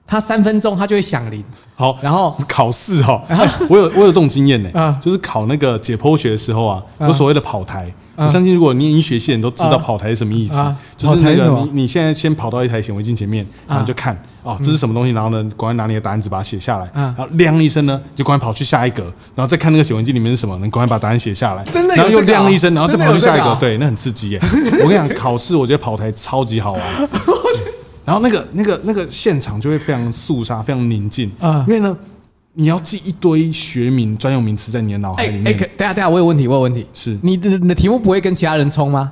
[SPEAKER 2] 他三分钟他就会响铃，
[SPEAKER 1] 好，
[SPEAKER 2] 然后
[SPEAKER 1] 考试 哦，哎我有我有这种经验呢、
[SPEAKER 2] 啊
[SPEAKER 1] 就是考那个解剖学的时候啊，
[SPEAKER 2] 啊
[SPEAKER 1] 有所谓的跑台。
[SPEAKER 2] 啊
[SPEAKER 1] 我相信，如果念医学系的人都知
[SPEAKER 2] 啊
[SPEAKER 1] 道跑台是什么意思，
[SPEAKER 2] 啊
[SPEAKER 1] 就是
[SPEAKER 2] 跑台
[SPEAKER 1] 那
[SPEAKER 2] 是什
[SPEAKER 1] 个
[SPEAKER 2] 么啊
[SPEAKER 1] 你你现在先跑到一台显微镜前面，然后就看哦这是什么东西，然后呢，赶快拿你的答案纸把它写下来，
[SPEAKER 2] 啊
[SPEAKER 1] 然后亮一声呢，就赶快跑去下一格，然后再看那个显微镜里面是什么，能赶快把答案写下来，
[SPEAKER 2] 真的有
[SPEAKER 1] 然后又
[SPEAKER 2] 这个啊
[SPEAKER 1] 亮一声，然后再
[SPEAKER 2] 真的
[SPEAKER 1] 跑去
[SPEAKER 2] 有这
[SPEAKER 1] 下一
[SPEAKER 2] 个
[SPEAKER 1] 格
[SPEAKER 2] 啊，
[SPEAKER 1] 对，那很刺激耶、我跟你讲，考试我觉得跑台超级好玩，然后那个那个那个现场就会非常肃杀，非常宁静
[SPEAKER 2] 啊
[SPEAKER 1] 因为呢，你要记一堆学名、专用名词在你的脑海
[SPEAKER 2] 哎
[SPEAKER 1] 里
[SPEAKER 2] 哎，
[SPEAKER 1] 面，
[SPEAKER 2] 可等一下等一下，我有问题，我有问题，
[SPEAKER 1] 是
[SPEAKER 2] 你的你的题目不会跟其他人冲吗？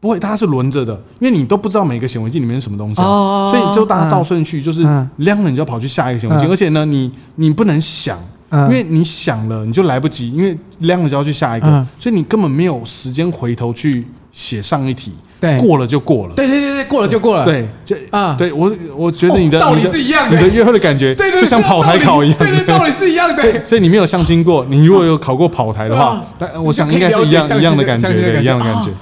[SPEAKER 1] 不会，大家是轮着的，因为你都不知道每个显微镜里面是什么东西啊、
[SPEAKER 2] 哦
[SPEAKER 1] 所以你就大家照顺序，就是
[SPEAKER 2] 嗯
[SPEAKER 1] 亮了你就要跑去下一个显微镜，
[SPEAKER 2] 嗯
[SPEAKER 1] 而且呢，你你不能想。
[SPEAKER 2] 嗯
[SPEAKER 1] 因为你想了，你就来不及，因为亮了就要去下一个，
[SPEAKER 2] 嗯
[SPEAKER 1] 所以你根本没有时间回头去写上一题，
[SPEAKER 2] 对
[SPEAKER 1] 过了就过了。
[SPEAKER 2] 对对对对，过了就过了。
[SPEAKER 1] 对，就
[SPEAKER 2] 啊
[SPEAKER 1] 啊，对我我觉得你的
[SPEAKER 2] 哦道理
[SPEAKER 1] 你的
[SPEAKER 2] 是一样的
[SPEAKER 1] 你的约会的感觉，
[SPEAKER 2] 对对对，
[SPEAKER 1] 就像
[SPEAKER 2] 这
[SPEAKER 1] 跑台考一样，
[SPEAKER 2] 道理对对，道理是一样的。
[SPEAKER 1] 所以你没有相亲过，你如果有考过跑台的话
[SPEAKER 2] 啊，
[SPEAKER 1] 但我想应该是一样
[SPEAKER 2] 你就可以了解
[SPEAKER 1] 一样的感觉，
[SPEAKER 2] 相亲的感觉
[SPEAKER 1] 对，一样的感觉
[SPEAKER 2] 啊。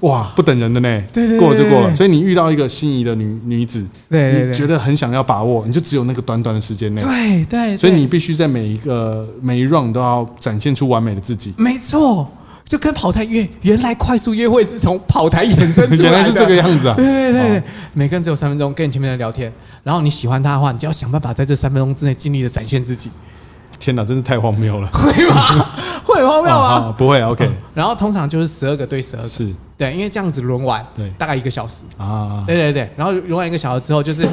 [SPEAKER 1] 哇，不等人的呢，
[SPEAKER 2] 对对对
[SPEAKER 1] 过了就过
[SPEAKER 2] 对对
[SPEAKER 1] 了。所以你遇到一个心仪的女女子，
[SPEAKER 2] 对对对
[SPEAKER 1] 你觉得很想要把握，你就只有那个短短的时间内，
[SPEAKER 2] 对对，
[SPEAKER 1] 所以
[SPEAKER 2] 对
[SPEAKER 1] 你必须在每一个每一 round 都要展现出完美的自己。
[SPEAKER 2] 没错，就跟跑台约，原来快速约会是从跑台衍生 出来的，
[SPEAKER 1] 原来是这个样子啊
[SPEAKER 2] 对对对对，
[SPEAKER 1] 哦
[SPEAKER 2] 每个人只有三分钟跟你前面的聊天，然后你喜欢他的话，你就要想办法在这三分钟之内尽力的展现自己，
[SPEAKER 1] 天哪，真是太荒谬 了！
[SPEAKER 2] 会吗？会很荒谬
[SPEAKER 1] 啊
[SPEAKER 2] 吗
[SPEAKER 1] 好？不会，OK，
[SPEAKER 2] 然后通常哦就是十二个对十二个，
[SPEAKER 1] 是
[SPEAKER 2] 对，因为这样子轮完，
[SPEAKER 1] 对
[SPEAKER 2] 大概一个小时，
[SPEAKER 1] 啊，
[SPEAKER 2] 对对对，然后轮完一个小时之后，就是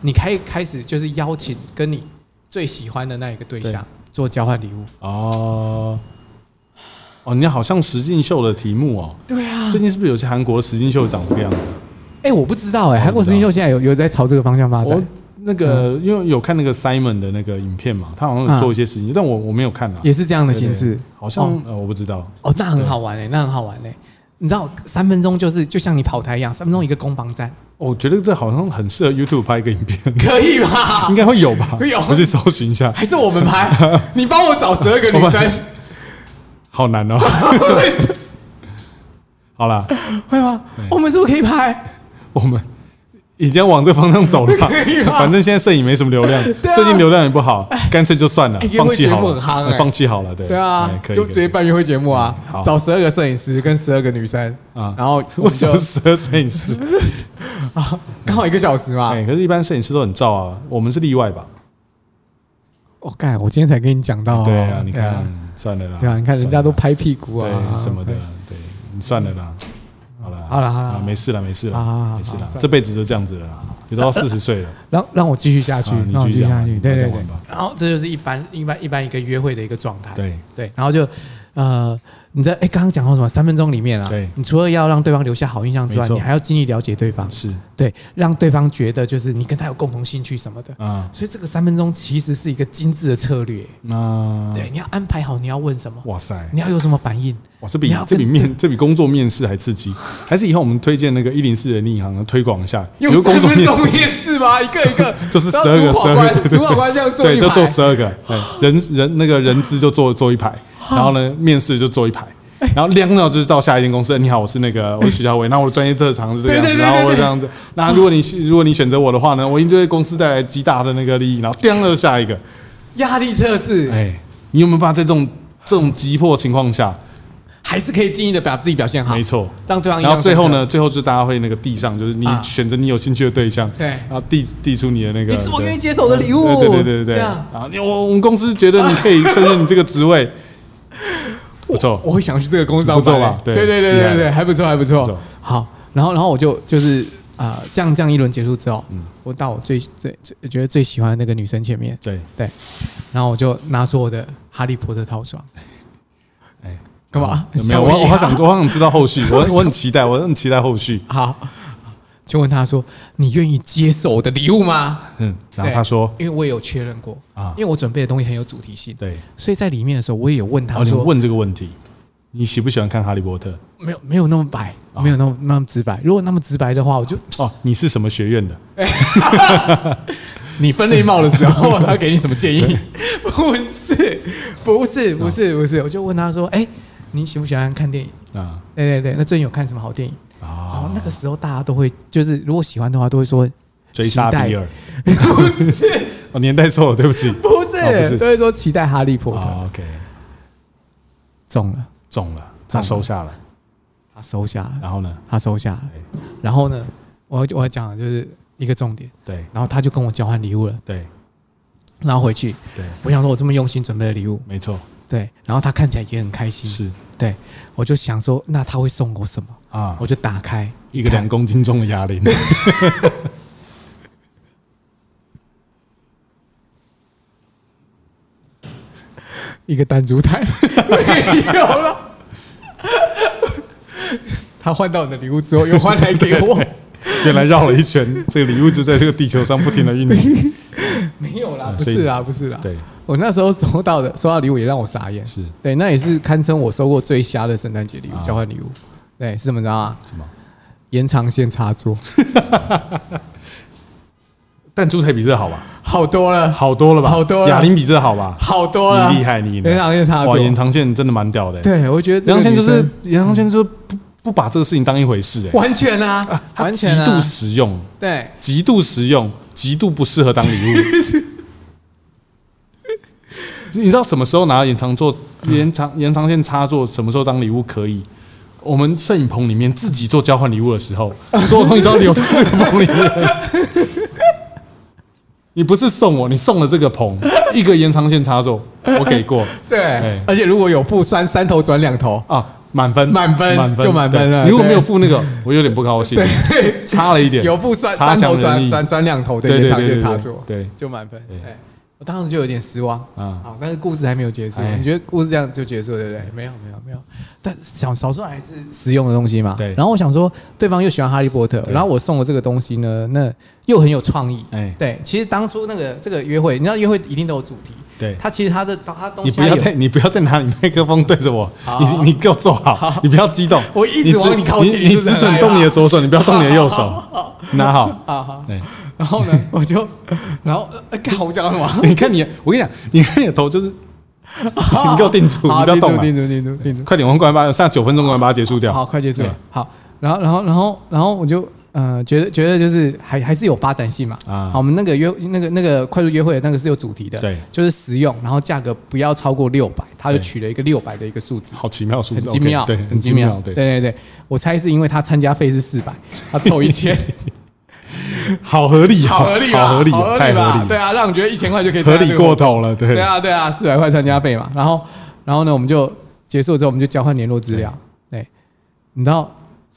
[SPEAKER 2] 你开开始就是邀请跟你最喜欢的那一个对象
[SPEAKER 1] 对
[SPEAKER 2] 做交换礼物，
[SPEAKER 1] 哦，哦，你好像实境秀的题目哦，
[SPEAKER 2] 对啊
[SPEAKER 1] 最近是不是有些韩国的实境秀长这个样子啊？
[SPEAKER 2] 哎、我不知道哎、韩国实境秀现在有有在朝这个方向发
[SPEAKER 1] 我
[SPEAKER 2] 展，
[SPEAKER 1] 那个
[SPEAKER 2] 嗯
[SPEAKER 1] 因为有看那个 Simon 的那个影片嘛，他好像有做一些事情，但我我没有看啊，
[SPEAKER 2] 也是这样的
[SPEAKER 1] 对对
[SPEAKER 2] 形式，
[SPEAKER 1] 好像
[SPEAKER 2] 哦
[SPEAKER 1] 呃我不知道，
[SPEAKER 2] 哦，那很好玩哎、那很好玩哎、你知道三分钟就是就像你跑台一样，三分钟一个攻防战，
[SPEAKER 1] 我觉得这好像很适合 YouTube 拍一个影片，
[SPEAKER 2] 可以吧
[SPEAKER 1] 应？该会有吧？
[SPEAKER 2] 会啊 有
[SPEAKER 1] 我去搜寻一下，
[SPEAKER 2] 还是我们拍？ 你帮我找十二个女生，
[SPEAKER 1] 好难哦。
[SPEAKER 2] 会是
[SPEAKER 1] 好啦，
[SPEAKER 2] 会吗？我们是不是可以拍？
[SPEAKER 1] 我们已经往这方向走 了吧
[SPEAKER 2] 可以，吗
[SPEAKER 1] 反正现在摄影没什么流量，
[SPEAKER 2] 对啊
[SPEAKER 1] 最近流量也不好，干脆就算了
[SPEAKER 2] 哎，约
[SPEAKER 1] 放
[SPEAKER 2] 会
[SPEAKER 1] 弃
[SPEAKER 2] 节
[SPEAKER 1] 好
[SPEAKER 2] 目
[SPEAKER 1] 了
[SPEAKER 2] 很夯，哎
[SPEAKER 1] 放弃好了，对
[SPEAKER 2] 对啊
[SPEAKER 1] 哎，可以
[SPEAKER 2] 就
[SPEAKER 1] 可以
[SPEAKER 2] 直 接办约会节目啊
[SPEAKER 1] 嗯好，
[SPEAKER 2] 找十二个摄影师跟十二个女生
[SPEAKER 1] 啊
[SPEAKER 2] 然后
[SPEAKER 1] 为
[SPEAKER 2] 我们
[SPEAKER 1] 什
[SPEAKER 2] 就
[SPEAKER 1] 么十二摄影师？
[SPEAKER 2] 啊，刚好一个小时嘛。
[SPEAKER 1] 哎，可是一般摄影师都很照啊，我们是例外吧？
[SPEAKER 2] 我哦干，我今天才跟你讲到哦，
[SPEAKER 1] 对啊，你
[SPEAKER 2] 对啊
[SPEAKER 1] 看，算了啦，
[SPEAKER 2] 对啊，你看人家
[SPEAKER 1] 算
[SPEAKER 2] 都
[SPEAKER 1] 了啦
[SPEAKER 2] 拍屁股啊，
[SPEAKER 1] 对什么的，对你算了啦，好了，
[SPEAKER 2] 好啦好啦
[SPEAKER 1] 啊没事了，没事
[SPEAKER 2] 好好
[SPEAKER 1] 了，
[SPEAKER 2] 好
[SPEAKER 1] 没事
[SPEAKER 2] 好
[SPEAKER 1] 了
[SPEAKER 2] 算，了
[SPEAKER 1] 这辈子就这样子了啦，也都到四十岁 了，
[SPEAKER 2] 让让我继续下去
[SPEAKER 1] 啊，你
[SPEAKER 2] 让我
[SPEAKER 1] 继
[SPEAKER 2] 继
[SPEAKER 1] 续
[SPEAKER 2] 续
[SPEAKER 1] 讲
[SPEAKER 2] 下去，
[SPEAKER 1] 你
[SPEAKER 2] 对
[SPEAKER 1] 把它讲
[SPEAKER 2] 对对
[SPEAKER 1] 完吧。
[SPEAKER 2] 然后这就是一般一般一般一个约会的一个状态，
[SPEAKER 1] 对，
[SPEAKER 2] 对，然后就呃，你在哎刚刚讲到什么三分钟里面啊
[SPEAKER 1] 对，
[SPEAKER 2] 你除了要让对方留下好印象之外
[SPEAKER 1] 没，错
[SPEAKER 2] 你还要尽力了解对方，
[SPEAKER 1] 是
[SPEAKER 2] 对，让对方觉得就是你跟他有共同兴趣什么的。
[SPEAKER 1] 啊，
[SPEAKER 2] 所以这个三分钟其实是一个精致的策略，
[SPEAKER 1] 那
[SPEAKER 2] 对，你要安排好你要问什么，
[SPEAKER 1] 嗯哇塞，
[SPEAKER 2] 你要有什么反应，
[SPEAKER 1] 哇，这比
[SPEAKER 2] 你要
[SPEAKER 1] 这比
[SPEAKER 2] 跟
[SPEAKER 1] 面这比工作面试还刺激，还是以后我们推荐那个一零四人力银行推广一下，
[SPEAKER 2] 用
[SPEAKER 1] 有工
[SPEAKER 2] 三
[SPEAKER 1] 作
[SPEAKER 2] 分
[SPEAKER 1] 面
[SPEAKER 2] 钟面试吗？一个一个
[SPEAKER 1] 就是
[SPEAKER 2] 然
[SPEAKER 1] 十
[SPEAKER 2] 后
[SPEAKER 1] 二个
[SPEAKER 2] 主
[SPEAKER 1] 十
[SPEAKER 2] 考
[SPEAKER 1] 二
[SPEAKER 2] 官
[SPEAKER 1] 个，
[SPEAKER 2] 主考官这样做
[SPEAKER 1] 对，
[SPEAKER 2] 一
[SPEAKER 1] 就做
[SPEAKER 2] 排
[SPEAKER 1] 十二个，对人人那个人资就做做一排，然后呢，面试就做一排。
[SPEAKER 2] 哎
[SPEAKER 1] 然后亮到就是到下一间公司，哎你好，我是那个我是徐小伟，那我的专业特长是这个样
[SPEAKER 2] 对
[SPEAKER 1] 子，
[SPEAKER 2] 对对
[SPEAKER 1] 然后我
[SPEAKER 2] 对对
[SPEAKER 1] 这样子。那如果你如果你选择我的话呢，我一定对公司带来极大的那个利益。然后亮到下一个，
[SPEAKER 2] 压力测试，
[SPEAKER 1] 哎哎，你有没有办法在这种这种急迫情况下，
[SPEAKER 2] 还是可以尽力的把自己表现好，
[SPEAKER 1] 没错。
[SPEAKER 2] 让对方印
[SPEAKER 1] 然
[SPEAKER 2] 象
[SPEAKER 1] 后最后
[SPEAKER 2] 深刻
[SPEAKER 1] 呢，最后就是大家会那个递上，就是你
[SPEAKER 2] 啊
[SPEAKER 1] 选择你有兴趣的对象，
[SPEAKER 2] 对
[SPEAKER 1] 然后递递出你的那个，
[SPEAKER 2] 你是我
[SPEAKER 1] 对
[SPEAKER 2] 愿意接手的礼物
[SPEAKER 1] 对对对对对，
[SPEAKER 2] 这样
[SPEAKER 1] 然后你我我们公司觉得你可以胜任你这个职 位，不错，
[SPEAKER 2] 我会想去这个公司上班、
[SPEAKER 1] 不错吧
[SPEAKER 2] 对
[SPEAKER 1] 对
[SPEAKER 2] 对对对
[SPEAKER 1] 厉害
[SPEAKER 2] 对对，还不错还
[SPEAKER 1] 不
[SPEAKER 2] 不错
[SPEAKER 1] 错。
[SPEAKER 2] 好，然后然后我就就是啊、呃这样这样一轮结束之后，
[SPEAKER 1] 嗯
[SPEAKER 2] 我到我最最最觉得最喜欢的那个女生前面，
[SPEAKER 1] 对，
[SPEAKER 2] 对，然后我就拿出我的哈利波特套装，
[SPEAKER 1] 哎，
[SPEAKER 2] 干嘛？
[SPEAKER 1] 没有，
[SPEAKER 2] 笑屁啊
[SPEAKER 1] 我我好想我好想知道后 续，我我很期待，我很期待后续，
[SPEAKER 2] 好，就问他说：“你愿意接手我的礼物吗
[SPEAKER 1] 嗯，？”然后他说
[SPEAKER 2] 对因为我也有确认过啊
[SPEAKER 1] 啊，
[SPEAKER 2] 因为我准备的东西很有主题性，
[SPEAKER 1] 对，
[SPEAKER 2] 所以在里面的时候我也有问
[SPEAKER 1] 然
[SPEAKER 2] 他
[SPEAKER 1] 哦后你
[SPEAKER 2] 说：“
[SPEAKER 1] 问这个问题，你喜不喜欢看《哈利波特》？
[SPEAKER 2] 没有没有那么白，
[SPEAKER 1] 啊
[SPEAKER 2] 没有那么那么直白。如果那么直白的 话，我就
[SPEAKER 1] 哦，你是什么学院的？
[SPEAKER 2] 你分类帽的时候， 我要给你什么建议？不是，不是，不是，不是，我就问他说：“哎、你喜不喜欢看电影
[SPEAKER 1] 啊？”
[SPEAKER 2] 对对对，那最近有看什么好电影？哦
[SPEAKER 1] 啊，，
[SPEAKER 2] 那个时候大家都会，就是如果喜欢的话，都会说
[SPEAKER 1] 追杀
[SPEAKER 2] 期待
[SPEAKER 1] 比尔，
[SPEAKER 2] 不是，
[SPEAKER 1] 哦，年代错了，对不起，
[SPEAKER 2] 不是，
[SPEAKER 1] 哦不是
[SPEAKER 2] 都会说期待哈利波特、
[SPEAKER 1] 啊，OK，
[SPEAKER 2] 中了，
[SPEAKER 1] 中了，他收下了，
[SPEAKER 2] 他收下了，
[SPEAKER 1] 然后呢？
[SPEAKER 2] 他收下了。
[SPEAKER 1] 哎
[SPEAKER 2] 然后呢，我要我要讲的就是一个重点，
[SPEAKER 1] 对
[SPEAKER 2] 然后他就跟我交换礼物了，
[SPEAKER 1] 对
[SPEAKER 2] 然后回去，
[SPEAKER 1] 对，
[SPEAKER 2] 我想说我这么用心准备的礼物，
[SPEAKER 1] 没错，
[SPEAKER 2] 对，然后他看起来也很开心，
[SPEAKER 1] 是
[SPEAKER 2] 对，我就想说，那他会送我什么？
[SPEAKER 1] 啊
[SPEAKER 2] 我，就打开
[SPEAKER 1] 一个两公斤重的哑铃，
[SPEAKER 2] 一个弹珠台， 没有了。他换到你的礼物之后，又换来给 我，
[SPEAKER 1] 原来绕了一圈，这个礼物就在这个地球上不停的运动。
[SPEAKER 2] 没有啦，
[SPEAKER 1] 嗯
[SPEAKER 2] 不
[SPEAKER 1] 所以
[SPEAKER 2] 是啦，不是啦。啊
[SPEAKER 1] 对，
[SPEAKER 2] 我那时候收到的收到礼物也让我傻眼，
[SPEAKER 1] 是
[SPEAKER 2] 对，那也是堪称我收过最瞎的圣诞节礼物
[SPEAKER 1] 啊
[SPEAKER 2] 交换礼物。对，是怎么着啊？
[SPEAKER 1] 什么？
[SPEAKER 2] 延长线插座，
[SPEAKER 1] 弹珠台比这好吧？
[SPEAKER 2] 好多了，好
[SPEAKER 1] 好多了吧？
[SPEAKER 2] 好多了
[SPEAKER 1] 哑铃比这好吧？
[SPEAKER 2] 好多了，
[SPEAKER 1] 你厉害，你赢了
[SPEAKER 2] 延长线插座
[SPEAKER 1] 哇，，延长线真的蛮屌的。，
[SPEAKER 2] 对我觉得这
[SPEAKER 1] 延
[SPEAKER 2] 个
[SPEAKER 1] 长线就
[SPEAKER 2] 女
[SPEAKER 1] 是
[SPEAKER 2] 生
[SPEAKER 1] 延长线，就是不不把这个事情当一回事，哎，
[SPEAKER 2] 完全啊，
[SPEAKER 1] 它
[SPEAKER 2] 完
[SPEAKER 1] 极
[SPEAKER 2] 全啊
[SPEAKER 1] 度实用，
[SPEAKER 2] 对，
[SPEAKER 1] 极度实用，极度不适合当礼物。 你知道什么时候拿延长座、延长延长线插座，什么时候当礼物可以？我们摄影棚里面自己做交换礼物的时 候，所有东西都要留在这个棚里面。你不是送我，你送了这个棚一个延长线插座，我给 过
[SPEAKER 2] 对
[SPEAKER 1] 对，
[SPEAKER 2] 而且如果有负酸，三头转两头，
[SPEAKER 1] 啊，满分，
[SPEAKER 2] 满分
[SPEAKER 1] 满分
[SPEAKER 2] 就满分
[SPEAKER 1] 对
[SPEAKER 2] 了
[SPEAKER 1] 你如果没有
[SPEAKER 2] 对
[SPEAKER 1] 付那个，我有点不高兴，
[SPEAKER 2] 对，
[SPEAKER 1] 差了一点，
[SPEAKER 2] 有负酸，
[SPEAKER 1] 差
[SPEAKER 2] 三
[SPEAKER 1] 强
[SPEAKER 2] 头
[SPEAKER 1] 人
[SPEAKER 2] 转
[SPEAKER 1] 意
[SPEAKER 2] 转转两头的
[SPEAKER 1] 对
[SPEAKER 2] 延
[SPEAKER 1] 对
[SPEAKER 2] 长
[SPEAKER 1] 对
[SPEAKER 2] 线
[SPEAKER 1] 对
[SPEAKER 2] 插
[SPEAKER 1] 对
[SPEAKER 2] 座，
[SPEAKER 1] 对
[SPEAKER 2] 就满分。
[SPEAKER 1] 对
[SPEAKER 2] 对，我当时就有点失望
[SPEAKER 1] 啊
[SPEAKER 2] 好，但是故事还没有结束，
[SPEAKER 1] 哎
[SPEAKER 2] 你觉得故事这样就结束了，对不对？没有，没有，没有。但想少说还是实用的东西嘛。
[SPEAKER 1] 对
[SPEAKER 2] 然后我想说，对方又喜欢哈利波特，
[SPEAKER 1] 对
[SPEAKER 2] 然后我送了这个东西呢，那又很有创意。
[SPEAKER 1] 哎，
[SPEAKER 2] 对，其实当初那个这个约会，你知道约会一定都有主题。
[SPEAKER 1] 对。
[SPEAKER 2] 他其实他的他东西
[SPEAKER 1] 你不
[SPEAKER 2] 它
[SPEAKER 1] 要
[SPEAKER 2] 有
[SPEAKER 1] 再 你不要再拿你麦克风对着我
[SPEAKER 2] 哦好，好好
[SPEAKER 1] 你你给我坐好，你不要激动，
[SPEAKER 2] 我一直
[SPEAKER 1] 只
[SPEAKER 2] 往你靠近
[SPEAKER 1] 你
[SPEAKER 2] 你是
[SPEAKER 1] 你
[SPEAKER 2] 不是
[SPEAKER 1] 只
[SPEAKER 2] 很害
[SPEAKER 1] 准
[SPEAKER 2] 怕
[SPEAKER 1] 动你的左手，你不要动你的右手
[SPEAKER 2] 好，
[SPEAKER 1] 拿好。哎
[SPEAKER 2] 好好，
[SPEAKER 1] 对，
[SPEAKER 2] 啊然后呢，我就， 然后，呃干、我讲什么？
[SPEAKER 1] 你看你，我跟你讲，你看你的头就是，你给我定住，你
[SPEAKER 2] 好
[SPEAKER 1] 不要动啊
[SPEAKER 2] 定住，定住，定住，定住。
[SPEAKER 1] 快点，我们赶快把剩下九分钟，赶快把它结束掉。
[SPEAKER 2] 好，快结束
[SPEAKER 1] 对。
[SPEAKER 2] 好，然后，然后，然后，然后我就呃，觉得觉得就是还还是有发展性嘛。
[SPEAKER 1] 啊
[SPEAKER 2] 好，我们那个约那个那个快速约会的那个是有主题的，
[SPEAKER 1] 对
[SPEAKER 2] 就是实用，然后价格不要超过六百，他就
[SPEAKER 1] 对
[SPEAKER 2] 取了一个六百的一个数字。
[SPEAKER 1] 好奇妙的数
[SPEAKER 2] 很
[SPEAKER 1] 字，
[SPEAKER 2] 精妙，
[SPEAKER 1] OK，对，
[SPEAKER 2] 很
[SPEAKER 1] 很
[SPEAKER 2] 精
[SPEAKER 1] 精
[SPEAKER 2] 妙
[SPEAKER 1] 妙，，
[SPEAKER 2] 对
[SPEAKER 1] 对，
[SPEAKER 2] 对对，我猜是因为他参加费是四百，他凑一千，
[SPEAKER 1] 好合理哦，
[SPEAKER 2] 好合理吧？
[SPEAKER 1] 好合理
[SPEAKER 2] 好合
[SPEAKER 1] 哦，
[SPEAKER 2] 理
[SPEAKER 1] 太合
[SPEAKER 2] 吧？
[SPEAKER 1] 理
[SPEAKER 2] 对
[SPEAKER 1] 了，
[SPEAKER 2] 啊，让你觉得一千块就可以参
[SPEAKER 1] 合
[SPEAKER 2] 加这
[SPEAKER 1] 理
[SPEAKER 2] 个
[SPEAKER 1] 过
[SPEAKER 2] 活动
[SPEAKER 1] 头了，对
[SPEAKER 2] 对，啊，对啊，四百块参加费嘛。然后，然后呢，我们就结束之后，我们就交换联络资料。对，你知道，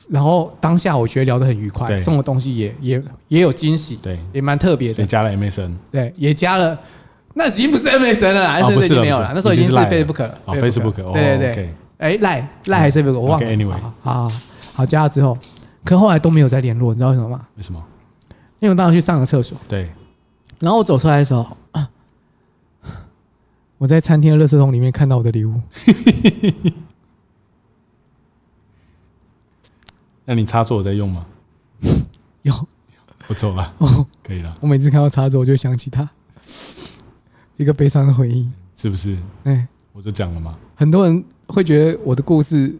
[SPEAKER 2] 然后当下我觉得聊得很愉快，
[SPEAKER 1] 对
[SPEAKER 2] 送的东西也也也有惊喜，
[SPEAKER 1] 对
[SPEAKER 2] 也蛮特别
[SPEAKER 1] 你
[SPEAKER 2] 的，
[SPEAKER 1] 加了 MSN
[SPEAKER 2] 对，也加了。那已经不是 MSN 了啦，
[SPEAKER 1] 哦
[SPEAKER 2] MSN
[SPEAKER 1] 不是了
[SPEAKER 2] 已经没有
[SPEAKER 1] 不是
[SPEAKER 2] 了，那时候已经
[SPEAKER 1] 已
[SPEAKER 2] 是
[SPEAKER 1] 经是 Line 了
[SPEAKER 2] Facebook 了
[SPEAKER 1] 哦，Facebook 哦
[SPEAKER 2] 对对对
[SPEAKER 1] OK，
[SPEAKER 2] 哎，赖赖还是 Facebook，我忘了。
[SPEAKER 1] OK，anyway
[SPEAKER 2] 好好好好加了之后，可后来都没有再联络，你知道为什么吗？
[SPEAKER 1] 为什么？
[SPEAKER 2] 因为我当时去上个厕所，
[SPEAKER 1] 对，
[SPEAKER 2] 然后我走出来的时候， 啊我在餐厅的垃圾桶里面看到我的礼物，
[SPEAKER 1] 那你插座有在用吗？
[SPEAKER 2] 有
[SPEAKER 1] 不错了，
[SPEAKER 2] 哦
[SPEAKER 1] 可以了，
[SPEAKER 2] 我每次看到插座，我就会想起他，一个悲伤的回忆。
[SPEAKER 1] 是不是？
[SPEAKER 2] 哎、
[SPEAKER 1] 我就讲了嘛，
[SPEAKER 2] 很多人会觉得我的故事，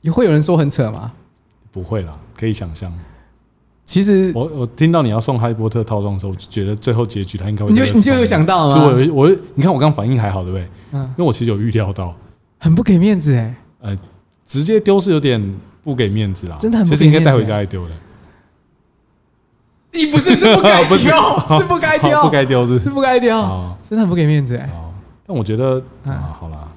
[SPEAKER 2] 也会有人说很扯嘛。
[SPEAKER 1] 不会啦，可以想象。
[SPEAKER 2] 其实
[SPEAKER 1] 我我听到你要送哈利波特套装的时候，我就觉得最后结局他应该会
[SPEAKER 2] 你就
[SPEAKER 1] 在
[SPEAKER 2] 你就有
[SPEAKER 1] 这
[SPEAKER 2] 想到
[SPEAKER 1] 上面
[SPEAKER 2] 吗？
[SPEAKER 1] 所以我有我有你看我刚反应还好对不对？
[SPEAKER 2] 嗯
[SPEAKER 1] 因，为我其实有预料到，
[SPEAKER 2] 很不给面子哎、
[SPEAKER 1] 呃，直接丢是有点不给面子啦，
[SPEAKER 2] 真的很不
[SPEAKER 1] 其
[SPEAKER 2] 给
[SPEAKER 1] 实应该带
[SPEAKER 2] 面
[SPEAKER 1] 回
[SPEAKER 2] 子
[SPEAKER 1] 家来丢的，
[SPEAKER 2] 你不是是 不 该
[SPEAKER 1] 不是
[SPEAKER 2] 丢，是不该
[SPEAKER 1] 好
[SPEAKER 2] 丢，
[SPEAKER 1] 不该丢是不
[SPEAKER 2] 是
[SPEAKER 1] 是
[SPEAKER 2] 不该丢
[SPEAKER 1] 哦，
[SPEAKER 2] 真的很不给面子哎。
[SPEAKER 1] 哦，但我觉得
[SPEAKER 2] 嗯
[SPEAKER 1] 啊，好啦，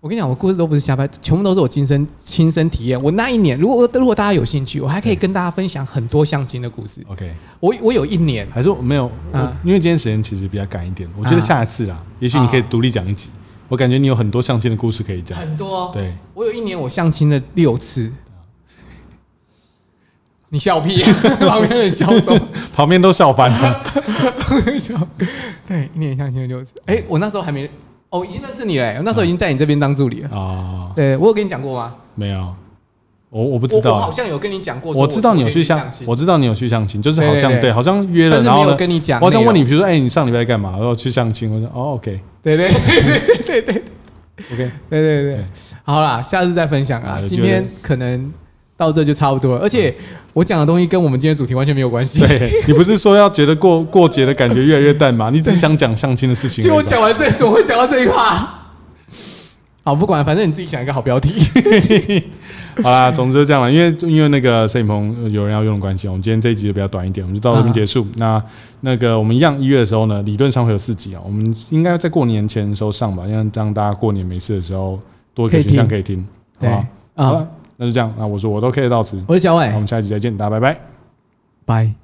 [SPEAKER 2] 我跟你讲，我故事都不是瞎掰，全部都是我亲身亲身体验。我那一年，如果如果大家有兴趣，我还可以跟大家分享很多相亲的故事。
[SPEAKER 1] OK，
[SPEAKER 2] 我我有一年，
[SPEAKER 1] 还是我没有，我
[SPEAKER 2] 嗯
[SPEAKER 1] 因为今天时间其实比较赶一点，我觉
[SPEAKER 2] 嗯
[SPEAKER 1] 得下一次啦，也许你可以独立讲一集，我感觉你有很多相亲的故事可以讲，
[SPEAKER 2] 啊很多。
[SPEAKER 1] 对，啊
[SPEAKER 2] 我有一年我相亲了六次。你笑 屁、旁边人笑什么？
[SPEAKER 1] 旁边都笑翻了，
[SPEAKER 2] 笑。对，一年相亲了六次。哎、我那时候还没，哦，已经认识你了、我那时候已经在你这边当助理了。
[SPEAKER 1] 哦，
[SPEAKER 2] 对，我有跟你讲过吗？
[SPEAKER 1] 没有，我我不
[SPEAKER 2] 不
[SPEAKER 1] 知
[SPEAKER 2] 我好
[SPEAKER 1] 道，
[SPEAKER 2] 像有跟你讲过说
[SPEAKER 1] 我知道你有去
[SPEAKER 2] 相
[SPEAKER 1] 相，我知道你有去相亲，就是
[SPEAKER 2] 对
[SPEAKER 1] 好
[SPEAKER 2] 对
[SPEAKER 1] 像
[SPEAKER 2] 对
[SPEAKER 1] 对，好像约了，
[SPEAKER 2] 但是
[SPEAKER 1] 然
[SPEAKER 2] 没
[SPEAKER 1] 后
[SPEAKER 2] 有
[SPEAKER 1] 呢，
[SPEAKER 2] 跟你讲内容。
[SPEAKER 1] 我好像问你，比如说，哎，你上礼拜在干嘛？我要去相亲，我说，哦，OK，OK，
[SPEAKER 2] 对，对对对对对对对对对
[SPEAKER 1] 对，
[SPEAKER 2] 好啦，下次再分享啊
[SPEAKER 1] 好。有机
[SPEAKER 2] 今
[SPEAKER 1] 会
[SPEAKER 2] 天可能到这就差不多了，而且我讲的东西跟我们今天的主题完全没有关系。
[SPEAKER 1] 对你不是说要觉得过过节的感觉越来越淡吗？你只想讲相亲的事情而已
[SPEAKER 2] 就
[SPEAKER 1] 吧，
[SPEAKER 2] 我讲完这，怎么会讲到这一趴？ 好，不管，反正你自己想一个好 标题。
[SPEAKER 1] 好啦，总之就这样了，因为因为那个摄影棚呃有人要用的关系，我们今天这一集就比较短一点，我们就到这
[SPEAKER 2] 啊
[SPEAKER 1] 边结束。那那个我们一样一月的时候呢，理论上会有四集啊，我们应该在过年前的时候上吧，因为让大家过年没事的时候多一个选项可以听，好
[SPEAKER 2] 对
[SPEAKER 1] 不好
[SPEAKER 2] 啊？，
[SPEAKER 1] 好了，那就这样，那我说我都可以到此，
[SPEAKER 2] 我是小伟
[SPEAKER 1] 那我，们下一集再见，大家拜拜。
[SPEAKER 2] 拜。